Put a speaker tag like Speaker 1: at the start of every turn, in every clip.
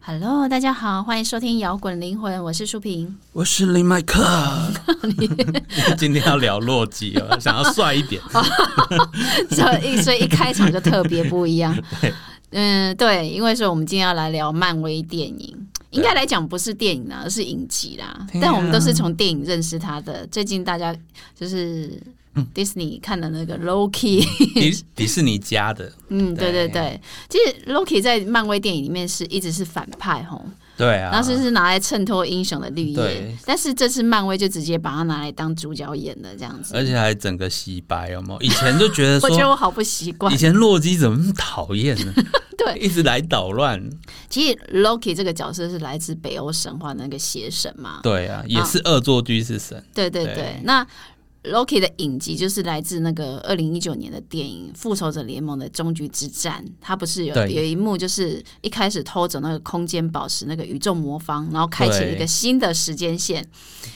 Speaker 1: Hello，大家好，欢迎收听《摇滚灵魂》，我是舒平。
Speaker 2: 我是林麦克，
Speaker 3: 今天要聊洛基哦， 想要帅一点，
Speaker 1: 所以，所以一开场就特别不一样。嗯，对，因为说我们今天要来聊漫威电影，应该来讲不是电影啦，而是影集啦。
Speaker 2: 对啊
Speaker 1: 但我们都是从电影认识他的。最近大家就是。Disney 看的那个 Loki，
Speaker 3: 迪迪士尼家的，
Speaker 1: 嗯，对对对，
Speaker 3: 对
Speaker 1: 其实 Loki 在漫威电影里面是一直是反派吼，
Speaker 3: 对啊，
Speaker 1: 然后就是拿来衬托英雄的绿叶
Speaker 3: 对，
Speaker 1: 但是这次漫威就直接把它拿来当主角演的这样子，
Speaker 3: 而且还整个洗白，有没有？以前就觉得
Speaker 1: 我觉得
Speaker 3: 说，
Speaker 1: 我好不习惯？
Speaker 3: 以。前洛基怎么那么讨厌呢
Speaker 1: 对
Speaker 3: 一直来捣乱，
Speaker 1: 其实 Loki 这个角色是来自北欧神话的那个邪神嘛，
Speaker 3: 对啊，也是恶作剧之神，
Speaker 1: 对对对。
Speaker 3: 对
Speaker 1: 那 Loki 的影集就是来自那个二零一九年的电影《复仇者联盟》的终局之战，它不是有
Speaker 3: 对
Speaker 1: 有一幕就是一开始偷走那个空间宝石那个宇宙魔方，然后开启了一个
Speaker 3: 对
Speaker 1: 新的时间线，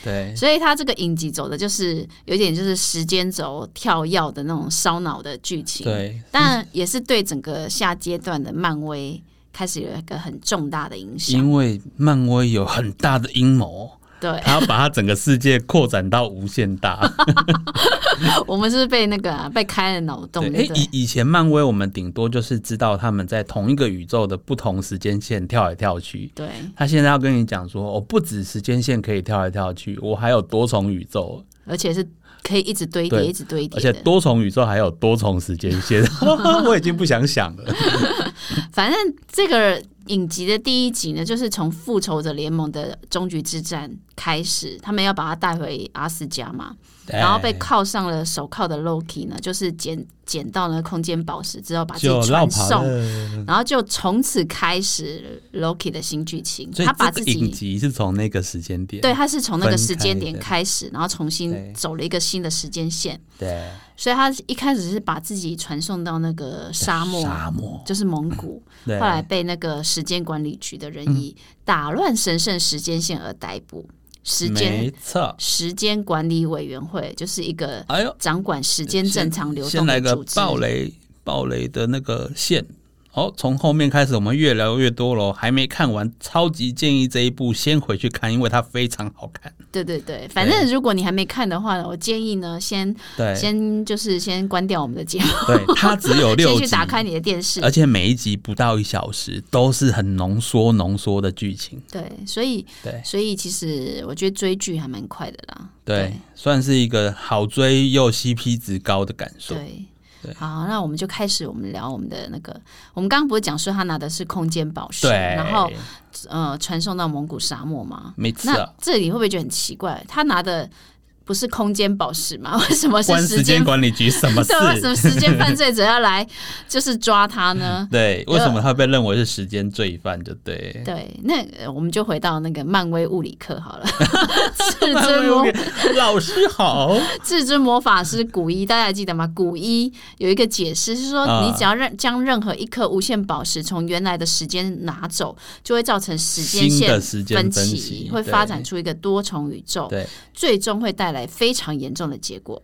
Speaker 3: 对
Speaker 1: 所以它这个影集走的就是有点就是时间轴跳跃的那种烧脑的剧情，
Speaker 3: 对，
Speaker 1: 但也是对整个下阶段的漫威开始有一个很重大的影响。
Speaker 3: 因为漫威有很大的阴谋，
Speaker 1: 对，
Speaker 3: 他要把他整个世界扩展到无限大。
Speaker 1: 我们是不是被那个、啊、被开了脑洞，
Speaker 3: 对，
Speaker 1: 对不
Speaker 3: 诶
Speaker 1: 对？
Speaker 3: 以以前漫威我们顶多就是知道他们在同一个宇宙的不同时间线跳来跳去，
Speaker 1: 对
Speaker 3: 他现在要跟你讲说，我、不止时间线可以跳来跳去，我还有多重宇宙，
Speaker 1: 而且是可以一直堆叠、
Speaker 3: 对
Speaker 1: 一直堆
Speaker 3: 而
Speaker 1: 叠
Speaker 3: 且
Speaker 1: 的。
Speaker 3: 多重宇宙还有多重时间线， 我已经不想想了。
Speaker 1: 反正这个影集的第一集呢，就是从复仇者联盟的终局之战开始，他们要把他带回阿斯加嘛， 然后被铐上了手铐的 Loki 呢，就是捡捡到了空间宝石之后，把自己传送。然后就从此开始 Loki 的新剧情，
Speaker 3: 所以
Speaker 1: 他把自
Speaker 3: 这个
Speaker 1: 己
Speaker 3: 影集是从那个时间点，
Speaker 1: 对，他是从那个
Speaker 3: 分
Speaker 1: 时间
Speaker 3: 开
Speaker 1: 点
Speaker 3: 的
Speaker 1: 开始，然后重新
Speaker 3: 对
Speaker 1: 走了一个新的时间线，
Speaker 3: 对
Speaker 1: 所以他一开始是把自己传送到那个沙漠，
Speaker 3: 沙漠，嗯
Speaker 1: 就是蒙古，
Speaker 3: 对嗯
Speaker 1: 后来被那个时间管理局的人以打乱神圣时间线而逮捕。时
Speaker 3: 没
Speaker 1: 间
Speaker 3: 错，
Speaker 1: 时间管理委员会就是一个
Speaker 3: 哎呦，
Speaker 1: 掌管时间正常流
Speaker 3: 先
Speaker 1: 动的
Speaker 3: 来个
Speaker 1: 组织。
Speaker 3: 暴雷暴雷的那个线。哦，从后面开始我们越聊越多喽，还没看完，超级建议这一部先回去看，因为它非常好看。
Speaker 1: 对对对，反正如果你还没看的话呢，我建议呢，先
Speaker 3: 对，哎
Speaker 1: 先就是先关掉我们的节目，
Speaker 3: 对，它只有哦六
Speaker 1: 先
Speaker 3: 集，呃
Speaker 1: 去打开你的电视
Speaker 3: 而。且每一集不到一小时，都是很浓缩浓缩的剧情。
Speaker 1: 对，所以
Speaker 3: 对
Speaker 1: 所以其实我觉得追剧还蛮快的啦。
Speaker 3: 对，算是一个好追又 CP 值高的感受。
Speaker 1: 对
Speaker 3: 对
Speaker 1: 好，那我们就开始我们聊我们的那个，我们刚刚不是讲说他拿的是空间宝石，
Speaker 3: 对，
Speaker 1: 然后呃传送到蒙古沙漠吗？
Speaker 3: 没错，
Speaker 1: 那这里会不会觉得很奇怪？他拿的不是空间宝石吗？ 为什么是
Speaker 3: 关
Speaker 1: 时
Speaker 3: 时
Speaker 1: 间
Speaker 3: 间？管理局什么事
Speaker 1: 对，？啊 为什么时间犯罪者要来就是抓他 呢？
Speaker 3: 对，为什么他被认为是时间罪犯？就对，
Speaker 1: 对，那呃我们就回到那个漫威物理课好了。 至尊魔
Speaker 3: 对，老师好，
Speaker 1: 至尊魔法师古一，大家还记得吗？古一有一个解释是说，
Speaker 3: 啊
Speaker 1: 你只要任将任何一颗无限宝石从原来的时间拿走，就会造成时间
Speaker 3: 新的
Speaker 1: 线
Speaker 3: 时间分
Speaker 1: 歧
Speaker 3: 歧，
Speaker 1: 会发展
Speaker 3: 出
Speaker 1: 出一个多重宇宙，
Speaker 3: 对
Speaker 1: 最终会带来非常严重的结果。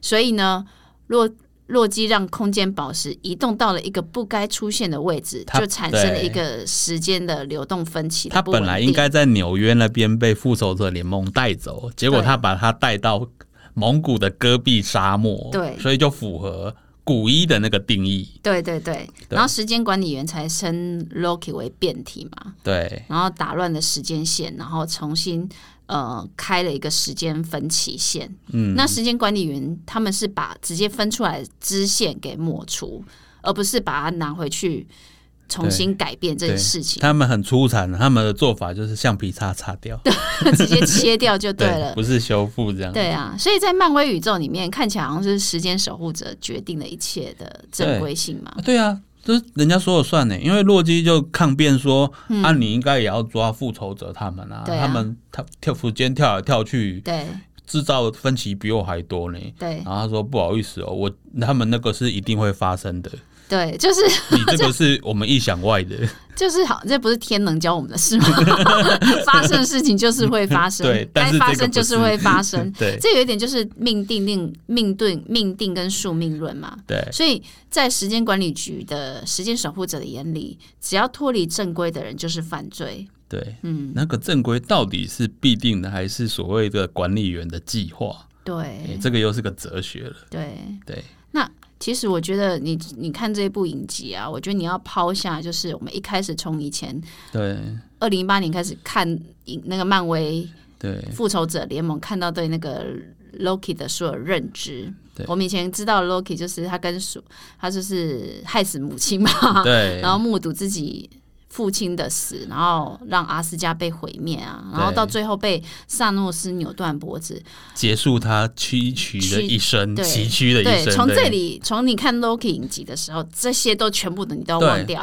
Speaker 1: 所以呢，洛洛基让空间宝石移动到了一个不该出现的位置，
Speaker 3: 它
Speaker 1: 就产生了
Speaker 3: 对
Speaker 1: 一个时间的流动分歧的
Speaker 3: 他
Speaker 1: 不稳
Speaker 3: 本
Speaker 1: 定。
Speaker 3: 来应该在纽约那边被复仇者联盟带走，结果
Speaker 1: 对
Speaker 3: 他把他带到蒙古的戈壁沙漠，
Speaker 1: 对
Speaker 3: 所以就符合古一的那个定义，
Speaker 1: 对对对，
Speaker 3: 对
Speaker 1: 然后时间管理员才称 Loki 为变体嘛，
Speaker 3: 对
Speaker 1: 然后打乱了时间线，然后重新呃开了一个时间分歧线。嗯，那时间管理员他们是把直接分出来的支线给抹除，而不是把它拿回去重新改变这件
Speaker 3: 对
Speaker 1: 事情，
Speaker 3: 他们很出产，他们的做法就是橡皮擦擦掉，
Speaker 1: 直接切掉就对了。
Speaker 3: 不是修复这样，
Speaker 1: 对啊，所以在漫威宇宙里面，看起来好像是时间守护者决定了一切的正规性嘛
Speaker 3: 啊。对啊。就是人家说了算呢，因为洛基就抗辩说，啊，你应该也要抓复仇者他们啊，
Speaker 1: 嗯对啊
Speaker 3: 他们跳跳时间跳来跳去，
Speaker 1: 对
Speaker 3: 制造分歧比我还多呢。
Speaker 1: 对
Speaker 3: 然后他说不好意思哦，我他们那个是一定会发生的，
Speaker 1: 对，就是
Speaker 3: 你这个是我们意想外的，
Speaker 1: 就是好，这不是天能教我们的事吗？ 发生的事情就是会发生，
Speaker 3: 对但
Speaker 1: 该
Speaker 3: 是
Speaker 1: 发
Speaker 3: 这个
Speaker 1: 生
Speaker 3: 不
Speaker 1: 就是
Speaker 3: 是。
Speaker 1: 会发生
Speaker 3: 对
Speaker 1: 这有一点就是命定定命定命定跟宿命论嘛。
Speaker 3: 对，
Speaker 1: 所以在时间管理局的时间守护者的眼里，只要脱离正规的人就是犯罪。
Speaker 3: 对，
Speaker 1: 嗯，
Speaker 3: 那个正规到底是必定的，还是所谓的管理员的计划？哎，
Speaker 1: 对
Speaker 3: 这个又是个哲学了。
Speaker 1: 对。
Speaker 3: 对，
Speaker 1: 其实我觉得你你看这部影集啊，我觉得你要抛下，就是我们一开始从以前
Speaker 3: 对，
Speaker 1: 二零一八年开始看影那个漫威
Speaker 3: 对，
Speaker 1: 复仇者联盟看到对那个 Loki 的所有认知
Speaker 3: 对。
Speaker 1: 我们以前知道 Loki 就是他跟鼠，他就是害死母亲嘛，哦
Speaker 3: 对
Speaker 1: 然，后目睹自己父亲的死，然后让阿斯加被毁灭啊，然后
Speaker 3: 对
Speaker 1: 到最后被萨诺斯扭断脖子。
Speaker 3: 结束他区区的一生，
Speaker 1: 对
Speaker 3: 崎岖的一
Speaker 1: 对，
Speaker 3: 生。
Speaker 1: 从这
Speaker 3: 对
Speaker 1: 里从你看 Loki 影集的时候，这些都全部的你都要忘
Speaker 3: 对
Speaker 1: 掉。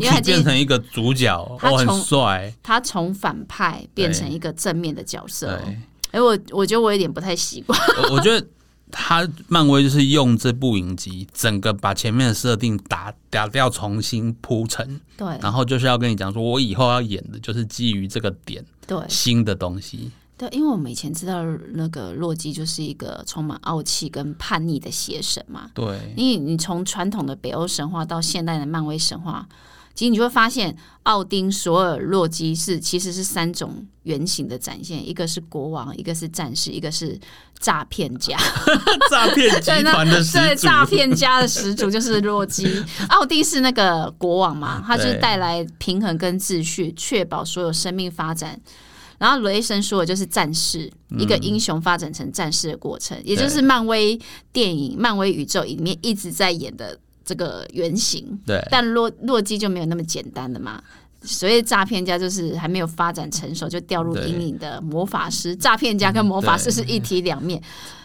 Speaker 1: 因为他已
Speaker 3: Loki
Speaker 1: 经
Speaker 3: 变成一个主角，
Speaker 1: 他
Speaker 3: 我
Speaker 1: 从
Speaker 3: 很帅。
Speaker 1: 他从反派变
Speaker 3: 对
Speaker 1: 成一个正面的角色
Speaker 3: 对，
Speaker 1: 哦。哎，我我觉得我有点不太习惯。
Speaker 3: 我我觉得他漫威就是用这部影集，整个把前面的设定打打掉，重新铺陈，
Speaker 1: 对
Speaker 3: 然后就是要跟你讲说，我以后要演的就是基于这个点
Speaker 1: 对
Speaker 3: 新的东西。
Speaker 1: 对，因为我们以前知道那个洛基就是一个充满傲气跟叛逆的邪神嘛。
Speaker 3: 对，
Speaker 1: 因为你从传统的北欧神话到现代的漫威神话，其实你就会发现，奥丁、索尔、洛基是其实是三种原型的展现，一个是国王，一个是战士，一个是诈骗家。
Speaker 3: 诈骗集
Speaker 1: 对，那
Speaker 3: 团的始
Speaker 1: 对
Speaker 3: 祖。
Speaker 1: 诈骗家的始祖就是洛 基。奥丁是那个国王嘛，他就是
Speaker 3: 对
Speaker 1: 带来平衡跟秩序，确保所有生命发展。然后雷神说的就是战士，
Speaker 3: 嗯
Speaker 1: 一个英雄发展成战士的过程，也就是漫威电影、漫威宇宙里面一直在演的这个原型。
Speaker 3: 对
Speaker 1: 但洛洛基就没有那么简单的嘛。所以诈骗家就是还没有发展成熟，就掉入
Speaker 3: 对
Speaker 1: 阴影的魔法师。诈骗家跟魔法师
Speaker 3: 嗯对
Speaker 1: 是一体两面，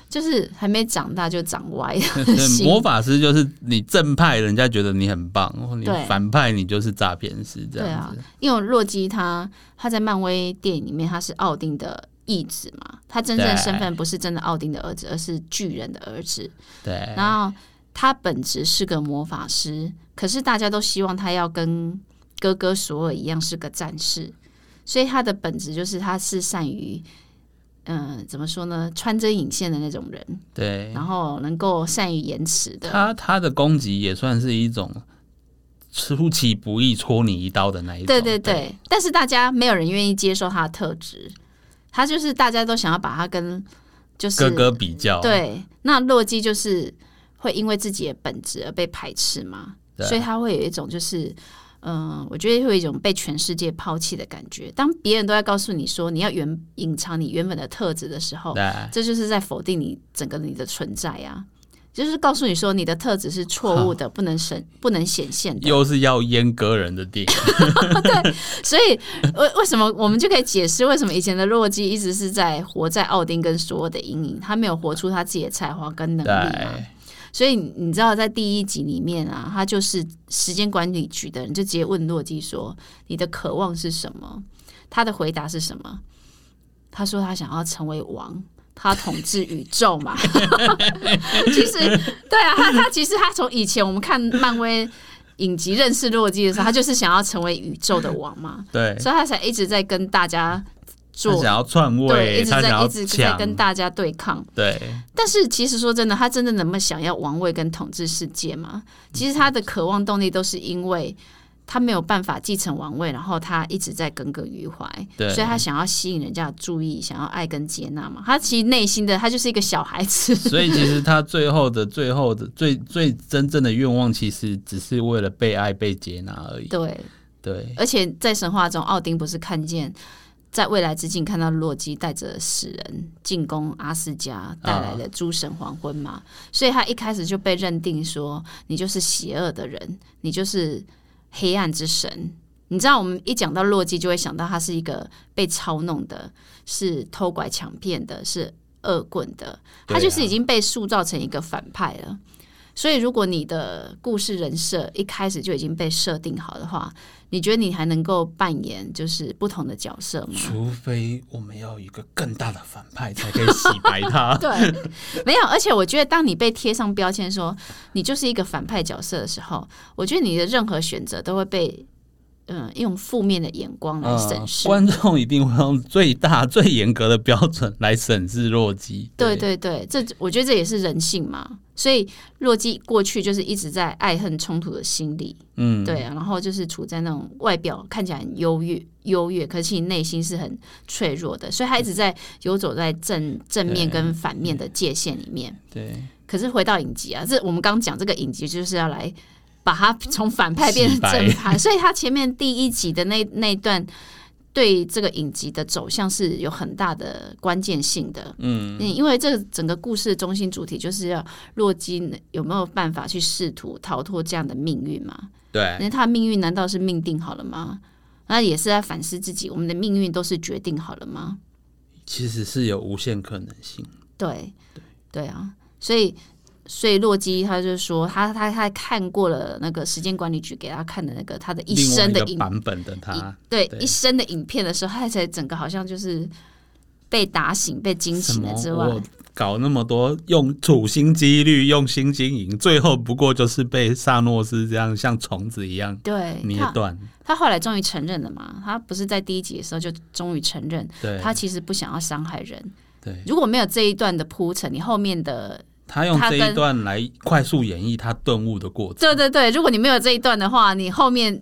Speaker 1: 就是还没长大就长歪了。
Speaker 3: 对，魔法师就是你正派，人家觉得你很棒；你
Speaker 1: 对
Speaker 3: 反派，你就是诈骗师这样子。
Speaker 1: 啊因为洛基他他在漫威电影里面他是奥丁的义子嘛，他真正的
Speaker 3: 对
Speaker 1: 身份不是真的奥丁的儿子，而是巨人的儿子。
Speaker 3: 对
Speaker 1: 然后他本质是个魔法师，可是大家都希望他要跟哥哥索尔一样是个战士，所以他的本质就是他是善于，嗯、怎么说呢，穿针引线的那种人，
Speaker 3: 对，
Speaker 1: 然后能够善于言辞的。
Speaker 3: 他他的攻击也算是一种出其不意、戳你一刀的那一种。
Speaker 1: 对对对，但是大家没有人愿意接受他的特质，他就是大家都想要把他跟就是
Speaker 3: 哥哥比较，
Speaker 1: 对，那洛基就是会因为自己的本质而被排斥嘛，
Speaker 3: 对啊
Speaker 1: 所以他会有一种就是，嗯、我觉得会有一种被全世界抛弃的感觉。当别人都在告诉你说你要原隐藏你原本的特质的时候，
Speaker 3: 对
Speaker 1: 这就是在否定你整个你的存在啊，就是告诉你说你的特质是错误的，不能显不能显现的。
Speaker 3: 又是要阉割人的电影。
Speaker 1: 所以为为什么我们就可以解释为什么以前的洛基一直是在活在奥丁跟所有的阴影，他没有活出他自己的才华 跟能力嘛。
Speaker 3: 对
Speaker 1: 所以你你知道，在第一集里面啊，他就是时间管理局的人，就直接问洛基说：“你的渴望是什么？”他的回答是什么？他说他想要成为王，他统治宇宙嘛。 其实，对啊，他他其实他从以前我们看漫威影集认识洛基的时候，他就是想要成为宇宙的王嘛，
Speaker 3: 对，
Speaker 1: 所以他才一直在跟大家
Speaker 3: 他
Speaker 1: 做
Speaker 3: 想要篡
Speaker 1: 对，
Speaker 3: 位，
Speaker 1: 一直
Speaker 3: 他想
Speaker 1: 在
Speaker 3: 要
Speaker 1: 一直在
Speaker 3: 抢，
Speaker 1: 跟大家对抗。
Speaker 3: 对
Speaker 1: 但是其实说真的，他真的那么想要王位跟统治世界吗？其实他的渴望动力都是因为他没有办法继承王位，然后他一直在耿耿于怀，
Speaker 3: 对
Speaker 1: 所以他想要吸引人家的注意，想要爱跟接纳嘛。他其实内心的他就是一个小孩 子，
Speaker 3: 所以其实他最后的、最后的、最最真正的愿望，其实只是为了被爱、被接纳而已。
Speaker 1: 对。
Speaker 3: 对，
Speaker 1: 而且在神话中，奥丁不是看见在未来之境看到洛基带着死人进攻阿斯加，带来了诸神黄昏嘛？所以他一开始就被认定说你就是邪恶的人，你就是黑暗之神。你知道，我们一讲到洛基，就会想到他是一个被操弄的，是偷拐抢骗的，是恶棍的，
Speaker 3: 对
Speaker 1: 他
Speaker 3: 啊
Speaker 1: 就是已经被塑造成一个反派了。所以，如果你的故事人设一开始就已经被设定好的话，你觉得你还能够扮演就是不同的角色 吗？。
Speaker 3: 除非我们要有一个更大的反派才可以洗白他
Speaker 1: 对，没有。而且我觉得，当你被贴上标签说你就是一个反派角色的时候，我觉得你的任何选择都会被嗯用负面的眼光来嗯审视。
Speaker 3: 啊嗯观众一定会用最大、最严格的标准来审视洛基。
Speaker 1: 对对对，这我觉得这也是人性嘛。所以洛基过去就是一直在爱恨冲突的心理，
Speaker 3: 嗯，
Speaker 1: 对啊，然后就是处在那种外表看起来很优越、优越，可是其实内心是很脆弱的，所以他一直在游走在正正面跟反面的界限里面。
Speaker 3: 对，
Speaker 1: 可是回到影集啊，这我们刚讲这个影集就是要来把 他从反派变成
Speaker 3: 洗白
Speaker 1: 正派，所以他前面第一集的那那一段对这个影集的走向是有很大的关键性的。
Speaker 3: 嗯，
Speaker 1: 嗯，因为这个整个故事的中心主题就是要洛基有没有办法去试图逃脱这样的命运嘛？
Speaker 3: 对，
Speaker 1: 那他的命运难道是命定好了吗？那也是在反思自己，我们的命运都是决定好了吗？
Speaker 3: 其实是有无限可能性。
Speaker 1: 对，对啊，所以所以洛基他就说他他他看过了那个时间管理局给他看的那个他的一
Speaker 3: 另外
Speaker 1: 生
Speaker 3: 一
Speaker 1: 的
Speaker 3: 个
Speaker 1: 影
Speaker 3: 版本的他，
Speaker 1: 对
Speaker 3: 对
Speaker 1: 一生的影片的时候，他才整个好像就是被打醒、被惊
Speaker 3: 什
Speaker 1: 醒了
Speaker 3: 么
Speaker 1: 之外
Speaker 3: 我，搞那么多，用处心积虑，用心经营，最后不过就是被萨诺斯这样像虫子一样
Speaker 1: 对
Speaker 3: 捏
Speaker 1: 他
Speaker 3: 断。
Speaker 1: 他后来终于承认了嘛，他不是在第一集的时候就终于承认
Speaker 3: 对，
Speaker 1: 他其实不想要伤害人。
Speaker 3: 对
Speaker 1: 如果没有这一段的铺陈，你后面的
Speaker 3: 他用
Speaker 1: 他
Speaker 3: 这
Speaker 1: 跟
Speaker 3: 一段来快速演绎他顿悟的过程。
Speaker 1: 对对对，如果你没有这一段的话，你后面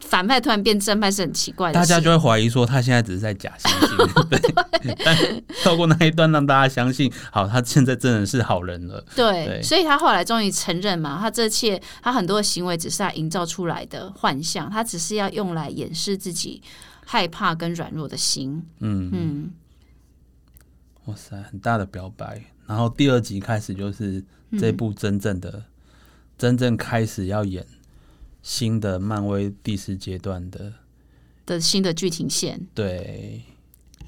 Speaker 1: 反派突然变正派是很奇怪的
Speaker 3: 大
Speaker 1: 事。
Speaker 3: 家就会怀疑说他现在只是在假惺 惺，对。但透过那一段让大家相信，好，他现在真的是好人了。
Speaker 1: 对，
Speaker 3: 对
Speaker 1: 所以他后来终于承认嘛，他这切他很多的行为只是他营造出来的幻象，他只是要用来掩饰自己害怕跟软弱的心。
Speaker 3: 嗯，
Speaker 1: 嗯，
Speaker 3: 哇塞，很大的表白。然后第二集开始就是这部真正的、真正开始要演新的漫威第四阶段的，
Speaker 1: 的新的剧情线，
Speaker 3: 对，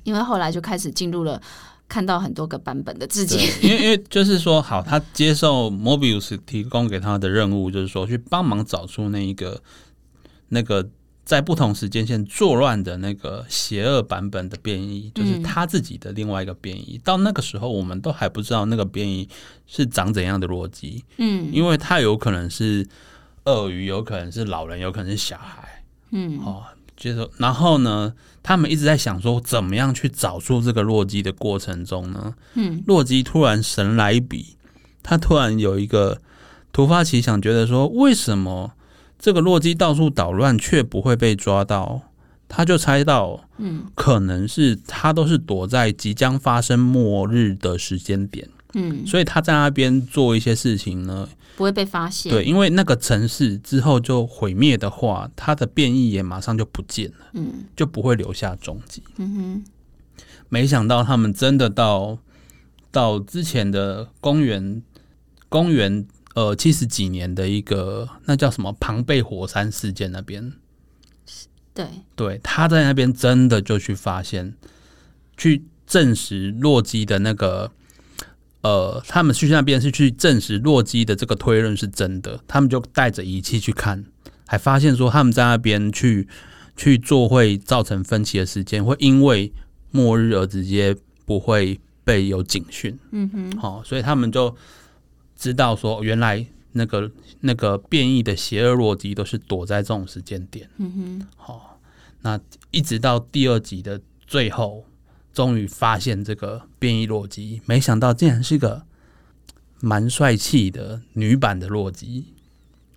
Speaker 1: 因为后来就开始进入了看到很多个版本的自
Speaker 3: 对
Speaker 1: 己。，
Speaker 3: 因为因为就是说，好，他接受 Mobius 提供给他的任务，就是说去帮忙找出那一个那个在不同时间线作乱的那个邪恶版本的变异，就是
Speaker 1: 嗯
Speaker 3: 他自己的另外一个变异。到那个时候，我们都还不知道那个变异是长怎样的逻辑，
Speaker 1: 嗯
Speaker 3: 因为它有可能是鳄鱼，有可能是老人，有可能是小孩。
Speaker 1: 嗯
Speaker 3: 哦，接受。然后呢，他们一直在想说，怎么样去找出这个洛基的过程中呢？
Speaker 1: 嗯，
Speaker 3: 洛基突然神来一笔，他突然有一个突发奇想，觉得说，为什么这个洛基到处捣乱却不会被抓到？他就猜到，嗯，可能是他都是躲在即将发生末日的时间点，
Speaker 1: 嗯，
Speaker 3: 所以他在那边做一些事情呢，
Speaker 1: 不会被发现。
Speaker 3: 对，因为那个城市之后就毁灭的话，它的变异也马上就不见了，
Speaker 1: 嗯
Speaker 3: 就不会留下踪迹。
Speaker 1: 嗯
Speaker 3: 没想到他们真的到到之前的公园公园呃七十几年的一个那叫什么庞贝火山事件那边，
Speaker 1: 哼，对，
Speaker 3: 对，他在那边真的就去发现，去证实洛基的那个。呃，他们去那边是去证实洛基的这个推论是真的，他们就带着仪器去看，还发现说他们在那边去去做会造成分歧的时间，会因为末日而直接不会被有警讯。
Speaker 1: 嗯哼，
Speaker 3: 好、所以他们就知道说，原来那个那个变异的邪恶洛基都是躲在这种时间点。
Speaker 1: 嗯哼，
Speaker 3: 好、那一直到第二集的最后，终于发现这个变异洛基，没想到竟然是个蛮帅气的女版的洛基。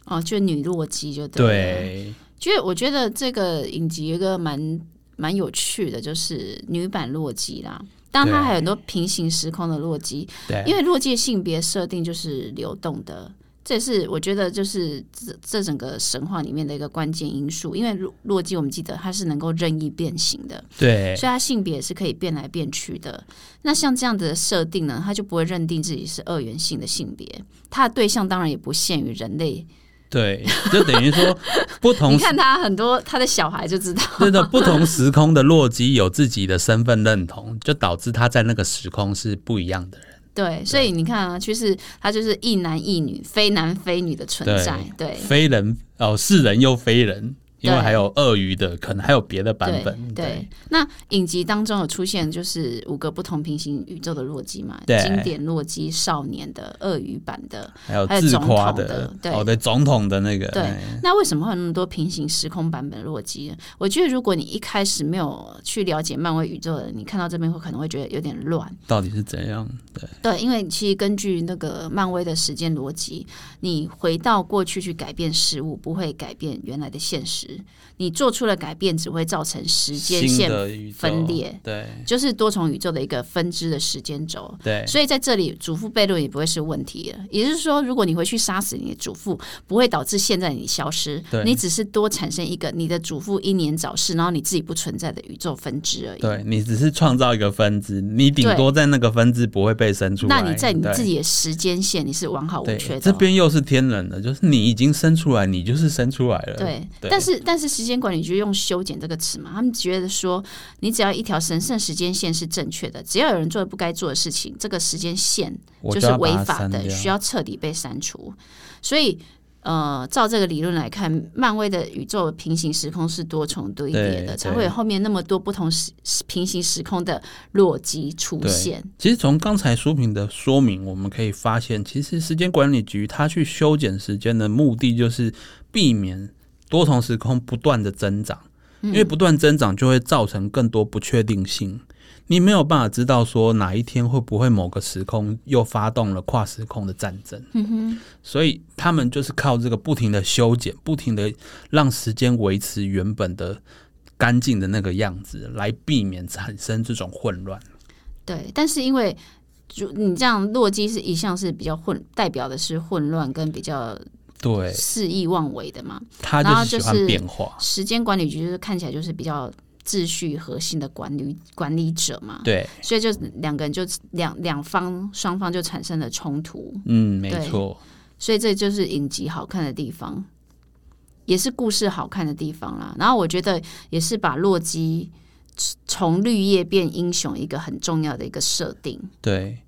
Speaker 1: 哦，就女洛基就对了。啊
Speaker 3: 对，
Speaker 1: 觉得我觉得这个影集有一个蛮蛮有趣的，就是女版洛基啦。当然，它
Speaker 3: 对
Speaker 1: 还有很多平行时空的洛基，
Speaker 3: 对，啊
Speaker 1: 因为洛基的性别设定就是流动的，这也是我觉得就是这这整个神话里面的一个关键因素。因为洛洛基，我们记得它是能够任意变形的，
Speaker 3: 对，
Speaker 1: 所以它性别也是可以变来变去的。那像这样的设定呢，它就不会认定自己是二元性的性别，它的对象当然也不限于人类。
Speaker 3: 对，就等于说不
Speaker 1: 你
Speaker 3: 同
Speaker 1: 看他很多他的小孩就知道。
Speaker 3: 真的不同时空的洛基有自己的身份认同，就导致他在那个时空是不一样的人。
Speaker 1: 对，所以你看啊，就是它就是一男一女、非男非女的存在，对
Speaker 3: 非人哦，是人又非人，因为
Speaker 1: 对
Speaker 3: 还有鳄鱼的，可能还有别的版本。
Speaker 1: 对那影集当中有出现就是五个不同平行宇宙的洛基嘛，
Speaker 3: 对
Speaker 1: 经典洛基、少年的、鳄鱼版的。
Speaker 3: 还有
Speaker 1: 还有
Speaker 3: 自夸
Speaker 1: 总统的对
Speaker 3: 哦，对，总统的那个，
Speaker 1: 对
Speaker 3: 哎
Speaker 1: 那为什么会有那么多平行时空版本的洛基呢？我觉得如果你一开始没有去了解漫威宇宙的人，你看到这边会可能会觉得有点乱。
Speaker 3: 到底是怎样？对，
Speaker 1: 对，因为其实根据那个漫威的时间逻辑，你回到过去去改变事物，不会改变原来的现实。你做出了改变，只会造成时间
Speaker 3: 新
Speaker 1: 线
Speaker 3: 的宇宙
Speaker 1: 分裂，
Speaker 3: 对
Speaker 1: 就是多重宇宙的一个分支的时间轴。
Speaker 3: 对
Speaker 1: 所以在这里，祖父悖论也不会是问题了。也就是说，如果你回去杀死你的祖父，不会导致现在你消失
Speaker 3: 对，
Speaker 1: 你只是多产生一个你的祖父英年早逝，然后你自己不存在的宇宙分支而已。
Speaker 3: 对，你只是创造一个分支，你顶多在那个分支不会被生出来。
Speaker 1: 那你在你
Speaker 3: 对
Speaker 1: 自己的时间线，你是完好无
Speaker 3: 对
Speaker 1: 缺的哦。
Speaker 3: 这边又是天人的，就是你已经生出来，你就是生出来了。
Speaker 1: 对，
Speaker 3: 对
Speaker 1: 但是但是时间管理局用“修剪”这个词嘛，他们觉得说，你只要一条神圣时间线是正确的，只要有人做了不该做的事情，这个时间线
Speaker 3: 我
Speaker 1: 就是
Speaker 3: 要把
Speaker 1: 违
Speaker 3: 它
Speaker 1: 法
Speaker 3: 删
Speaker 1: 的，
Speaker 3: 掉
Speaker 1: 需要彻底被删除。所以，呃，照这个理论来看，漫威的宇宙平行时空是多重堆叠
Speaker 3: 对
Speaker 1: 的，才会有后面那么多不同时平行时空的洛基出
Speaker 3: 对
Speaker 1: 现。
Speaker 3: 其实从刚才书评的说明，我们可以发现，其实时间管理局它去修剪时间的目的，就是避免多重时空不断的增长，
Speaker 1: 嗯
Speaker 3: 因为不断增长就会造成更多不确定性。你没有办法知道说哪一天会不会某个时空又发动了跨时空的战争，
Speaker 1: 嗯哼，
Speaker 3: 所以他们就是靠这个不停的修剪，不停的让时间维持原本的干净的那个样子，来避免产生这种混乱。
Speaker 1: 对，但是因为。就你这样，洛基是一向是比较混，代表的是混乱跟比较
Speaker 3: 对，
Speaker 1: 肆意妄为的嘛。
Speaker 3: 他
Speaker 1: 然后
Speaker 3: 就是喜
Speaker 1: 就
Speaker 3: 欢
Speaker 1: 是
Speaker 3: 变化。
Speaker 1: 时间管理局就是看起来就是比较秩序核心的管理管理者嘛，
Speaker 3: 对，
Speaker 1: 所以就两个人就两两方双方就产生了冲突，
Speaker 3: 嗯，没
Speaker 1: 对
Speaker 3: 错，
Speaker 1: 所以这就是影集好看的地方，也是故事好看的地方啦。然后我觉得也是把洛基从绿叶变英雄一个很重要的一个设定，
Speaker 3: 对，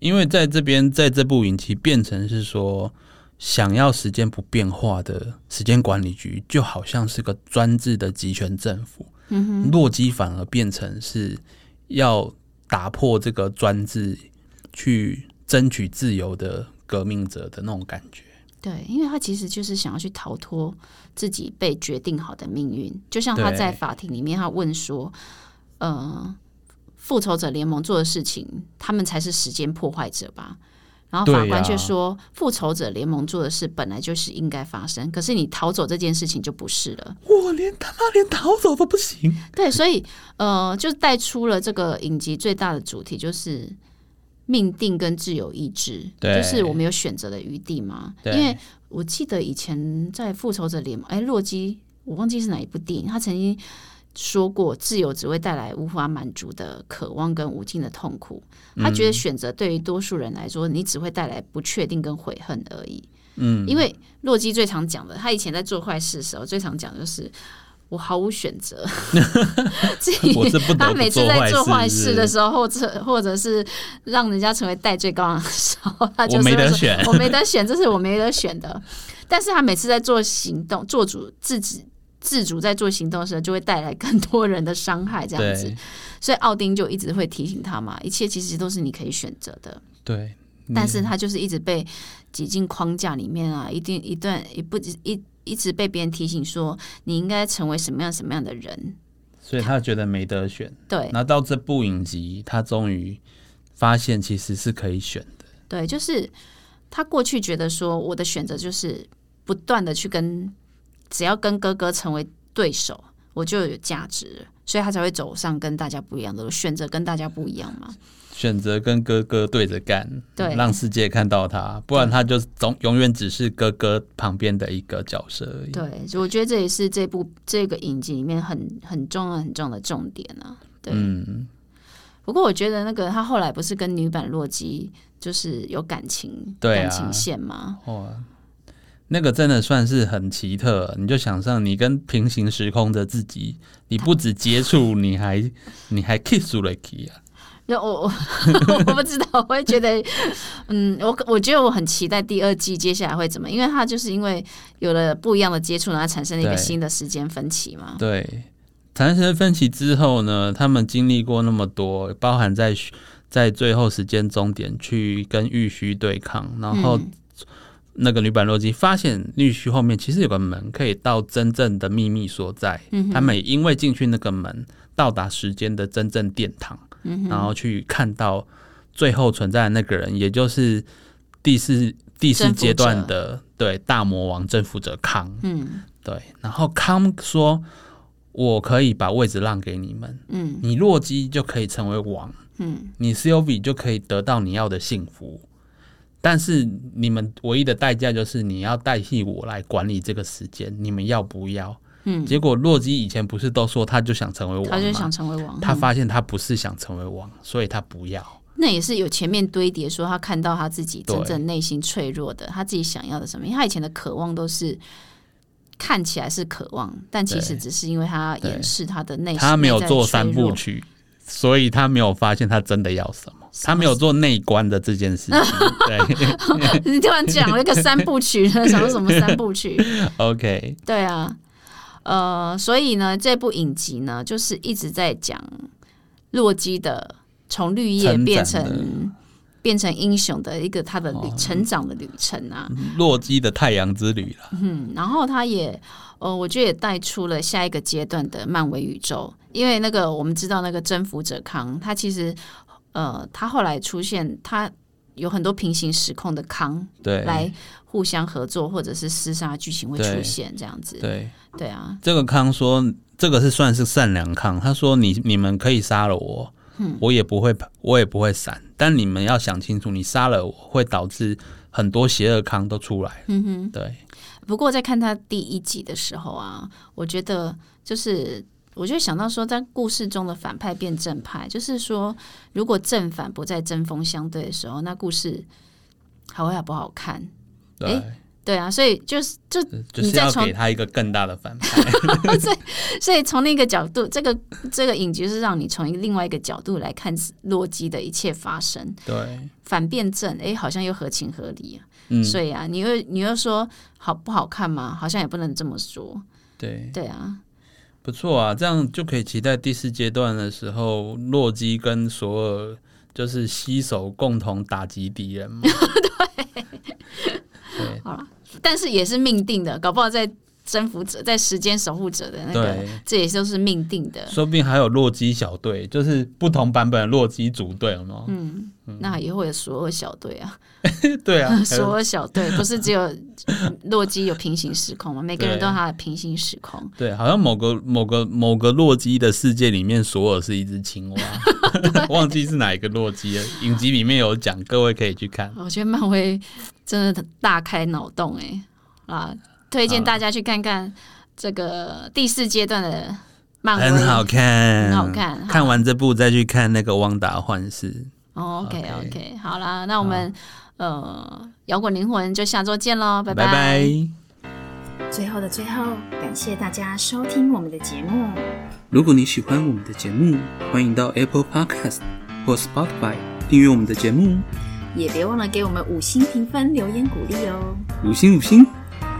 Speaker 3: 因为在这边，在这部影集变成是说，想要时间不变化的时间管理局，就好像是个专制的集权政府。嗯、洛基反而变成是要打破这个专制，去争取自由的革命者的那种感觉。
Speaker 1: 对，因为他其实就是想要去逃脱自己被决定好的命运，就像他
Speaker 3: 对
Speaker 1: 在法庭里面，他问说，呃，复仇者联盟做的事情，他们才是时间破坏者吧？然后
Speaker 3: 对
Speaker 1: 法官却
Speaker 3: 呀
Speaker 1: 说，复仇者联盟做的事本来就是应该发生，可是你逃走这件事情就不是了。
Speaker 3: 我连他妈连逃走都不 行。
Speaker 1: 对，所以呃，就带出了这个影集最大的主题，就是命定跟自由意志，
Speaker 3: 对
Speaker 1: 就是我们有选择的余地嘛。因
Speaker 3: 对
Speaker 1: 为我记得以前在《复仇者联盟》，哎，洛基，我忘记是哪一部电影，他曾经说过，自由只会带来无法满足的渴望跟无尽的痛苦。他
Speaker 3: 嗯
Speaker 1: 觉得选择对于多数人来说，你只会带来不确定跟悔恨而已。嗯，因为洛基最常讲的，他以前在做坏事的时候，最常讲就是我毫无选 择，至于
Speaker 3: 我是不得
Speaker 1: 他
Speaker 3: 不
Speaker 1: 每次
Speaker 3: 做
Speaker 1: 在
Speaker 3: 坏
Speaker 1: 做
Speaker 3: 事
Speaker 1: 坏
Speaker 3: 是
Speaker 1: 事的时候，或者或者是让人家成为戴罪羔羊的时候，他就是
Speaker 3: 我没
Speaker 1: 会
Speaker 3: 得
Speaker 1: 说
Speaker 3: 选
Speaker 1: 我没得选，这是我没得选的。但是他每次在做行动、做主自己。自主在做行动的时候，就会带来更多人的伤害，这样子
Speaker 3: 对。
Speaker 1: 所以奥丁就一直会提醒他嘛，一切其实都是你可以选择的。
Speaker 3: 对，
Speaker 1: 但是他就是一直被挤进框架里面啊，一定一段一不一一直被别人提醒说你应该成为什么样什么样的人。
Speaker 3: 所以他觉得没得选。
Speaker 1: 对
Speaker 3: 那到这部影集，他终于发现其实是可以选的。
Speaker 1: 对，就是他过去觉得说我的选择就是不断的去跟，只要跟哥哥成为对手，我就有价值了，所以他才会走上跟大家不一样的路，选择跟大家不一样嘛。
Speaker 3: 选择跟哥哥对着干，
Speaker 1: 对
Speaker 3: 让世界看到他，不然他就总永远只是哥哥旁边的一个角色而已。
Speaker 1: 对，所以我觉得这也是这部这个影集里面很很重要很重要的重点啊。对，
Speaker 3: 嗯，
Speaker 1: 不过我觉得那个他后来不是跟女版洛基就是有感情、
Speaker 3: 对啊
Speaker 1: 感情线吗？
Speaker 3: 哇，那个真的算是很奇特。你就想象你跟平行时空的自己，你不止接触，你还你还 kiss 了 k 啊，
Speaker 1: 就我 我我不知道，我会觉得，嗯，我我觉得我很期待第二季接下来会怎么，因为它就是因为有了不一样的接触，然后产生了一个
Speaker 3: 对
Speaker 1: 新的时间分歧嘛。
Speaker 3: 对，产生分歧之后呢，他们经历过那么多，包含在在最后时间终点去跟玉虚对抗，然后
Speaker 1: 嗯
Speaker 3: 那个女版洛基发现玉虚后面其实有个门可以到真正的秘密所在，
Speaker 1: 嗯
Speaker 3: 他们也因为进去那个门，到达时间的真正殿堂，
Speaker 1: 嗯哼
Speaker 3: 然后去看到最后存在的那个人，也就是第四第四
Speaker 1: 征服
Speaker 3: 阶段
Speaker 1: 者
Speaker 3: 的对大魔王征服者康，
Speaker 1: 嗯
Speaker 3: 对，然后康说：“我可以把位置让给你们，
Speaker 1: 嗯
Speaker 3: 你洛基就可以成为王，
Speaker 1: 嗯
Speaker 3: 你 Sylvie 就可以得到你要的幸福。但是你们唯一的代价就是你要代替我来管理这个时间，你们要不要？”
Speaker 1: 嗯，
Speaker 3: 结果洛基以前不是都说他就想成为王
Speaker 1: 他就
Speaker 3: 吗
Speaker 1: 想成为王，
Speaker 3: 他
Speaker 1: 嗯
Speaker 3: 发现他不是想成为王，所以他不要。
Speaker 1: 那也是有前面堆叠，说他看到他自己真
Speaker 3: 对
Speaker 1: 正内心脆弱的，他自己想要的什么，因为他以前的渴望都是。看起来是渴望，但其实
Speaker 3: 对
Speaker 1: 只是因为他
Speaker 3: 对
Speaker 1: 掩饰他的内心，
Speaker 3: 他没有
Speaker 1: 哎内在的
Speaker 3: 做
Speaker 1: 脆
Speaker 3: 三部
Speaker 1: 弱
Speaker 3: 曲，所以他没有发现他真的要什么，他没有做内观的这件 事情。对
Speaker 1: 你突然讲了一个三部曲，想说什么三部曲？
Speaker 3: ，OK，
Speaker 1: 对 啊，呃，所以呢，这部影集呢，就是一直在讲洛基的从绿叶
Speaker 3: 成长
Speaker 1: 变
Speaker 3: 的
Speaker 1: 成变成英雄的一个他的旅成长的旅程啊。
Speaker 3: 洛基的太阳之旅了。
Speaker 1: 嗯，然后他也，呃，我觉得也带出了下一个阶段的漫威宇宙，因为那个我们知道那个征服者康，他其实，呃，他后来出现他。有很多平行时空的康，
Speaker 3: 对，
Speaker 1: 来互相合作或者是厮杀剧情会出
Speaker 3: 对
Speaker 1: 现这样子。
Speaker 3: 对，
Speaker 1: 对啊，
Speaker 3: 这个康说，这个是算是善良康。他说你你们可以杀了我，
Speaker 1: 嗯
Speaker 3: 我也不会跑，我也不会闪。但你们要想清楚，你杀了我会导致很多邪恶康都出来。
Speaker 1: 嗯哼。
Speaker 3: 对，
Speaker 1: 不过在看他第一集的时候啊，我觉得就是。我就想到说，在故事中的反派变正派，就是说，如果正反不在针锋相对的时候，那故事还会好不好看？
Speaker 3: 对，
Speaker 1: 诶对啊，所以就是就
Speaker 3: 就
Speaker 1: 你
Speaker 3: 是
Speaker 1: 再
Speaker 3: 要
Speaker 1: 从
Speaker 3: 给他一个更大的反派。
Speaker 1: 所以从那个角度，这个这个影集是让你从另外一个角度来看洛基的一切发生，
Speaker 3: 对，
Speaker 1: 反辩证，诶，好像又合情合理啊。
Speaker 3: 嗯，
Speaker 1: 所以啊，你又你又说好不好看嘛？好像也不能这么说。
Speaker 3: 对，
Speaker 1: 对啊，
Speaker 3: 不错啊，这样就可以期待第四阶段的时候，洛基跟索尔就是携手共同打击敌人嘛。对。
Speaker 1: 但是也是命定的，搞不好在征服者、在时间守护者的那个，
Speaker 3: 对，
Speaker 1: 这也就是命定的。
Speaker 3: 说不定还有洛基小队，就是不同版本的洛基组队，有没有？
Speaker 1: 嗯，那也会有所有小队啊，
Speaker 3: 对 啊，还有
Speaker 1: 所有小队不是只有洛基有平行时空吗？每个人都有他的平行时空。
Speaker 3: 对，好像某个某个某个洛基的世界里面，索尔是一只青蛙， 忘记是哪一个洛基了。影集里面有讲，各位可以去看。
Speaker 1: 我觉得漫威真的大开脑洞哎、啊！推荐大家去看看这个第四阶段的漫威，
Speaker 3: 很好看，
Speaker 1: 很好看
Speaker 3: 看完这部再去看那个《汪达幻视》。
Speaker 1: 哦 OK
Speaker 3: OK
Speaker 1: OK，好啦，那我们呃摇滚灵魂就下周见喽，拜
Speaker 3: 拜拜
Speaker 2: 最后的最后，感谢大家收听我们的节目。
Speaker 4: 如果你喜欢我们的节目，欢迎到 Apple Podcast 或 Spotify 订阅我们的节目，
Speaker 2: 也别忘了给我们五星评分、留言鼓励哦。
Speaker 4: 五星五星。